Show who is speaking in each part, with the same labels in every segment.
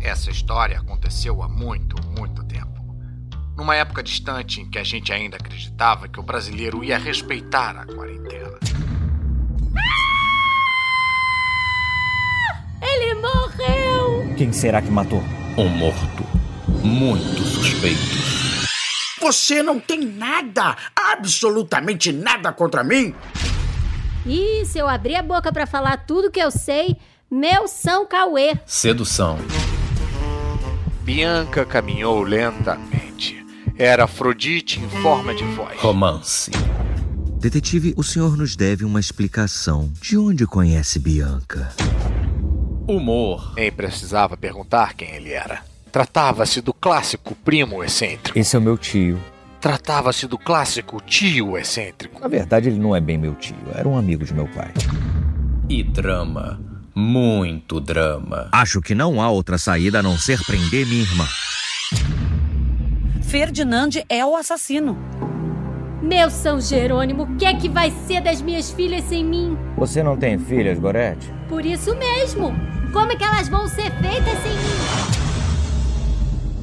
Speaker 1: Essa história aconteceu há muito, muito tempo. Numa época distante em que a gente ainda acreditava que o brasileiro ia respeitar a quarentena.
Speaker 2: Ele morreu!
Speaker 3: Quem será que matou?
Speaker 4: Um morto. Muito suspeito.
Speaker 5: Você não tem nada, absolutamente nada contra mim.
Speaker 2: Ih, se eu abrir a boca pra falar tudo que eu sei, meu São Cauê.
Speaker 4: Sedução.
Speaker 1: Bianca caminhou lentamente. Era Afrodite em forma de voz.
Speaker 4: Romance.
Speaker 6: Detetive, o senhor nos deve uma explicação. De onde conhece Bianca?
Speaker 4: Humor.
Speaker 1: Nem precisava perguntar quem ele era. Tratava-se do clássico primo excêntrico.
Speaker 3: Esse é o meu tio.
Speaker 1: Tratava-se do clássico tio excêntrico.
Speaker 3: Na verdade, ele não é bem meu tio, era um amigo de meu pai.
Speaker 4: E drama. Muito drama.
Speaker 6: Acho que não há outra saída a não ser prender minha irmã.
Speaker 7: Ferdinand é o assassino.
Speaker 2: Meu São Jerônimo, o que é que vai ser das minhas filhas sem mim?
Speaker 3: Você não tem filhas, Gorete?
Speaker 2: Por isso mesmo. Como é que elas vão ser feitas sem mim?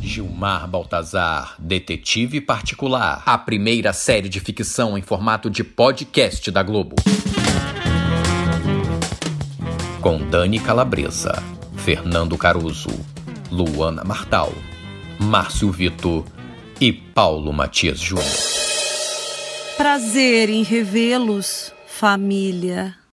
Speaker 4: Gilmar Baltazar, Detetive Particular. A primeira série de ficção em formato de podcast da Globo. Com Dani Calabresa, Fernando Caruso, Luana Martal, Márcio Vito e Paulo Matias Júnior.
Speaker 7: Prazer em revê-los, família.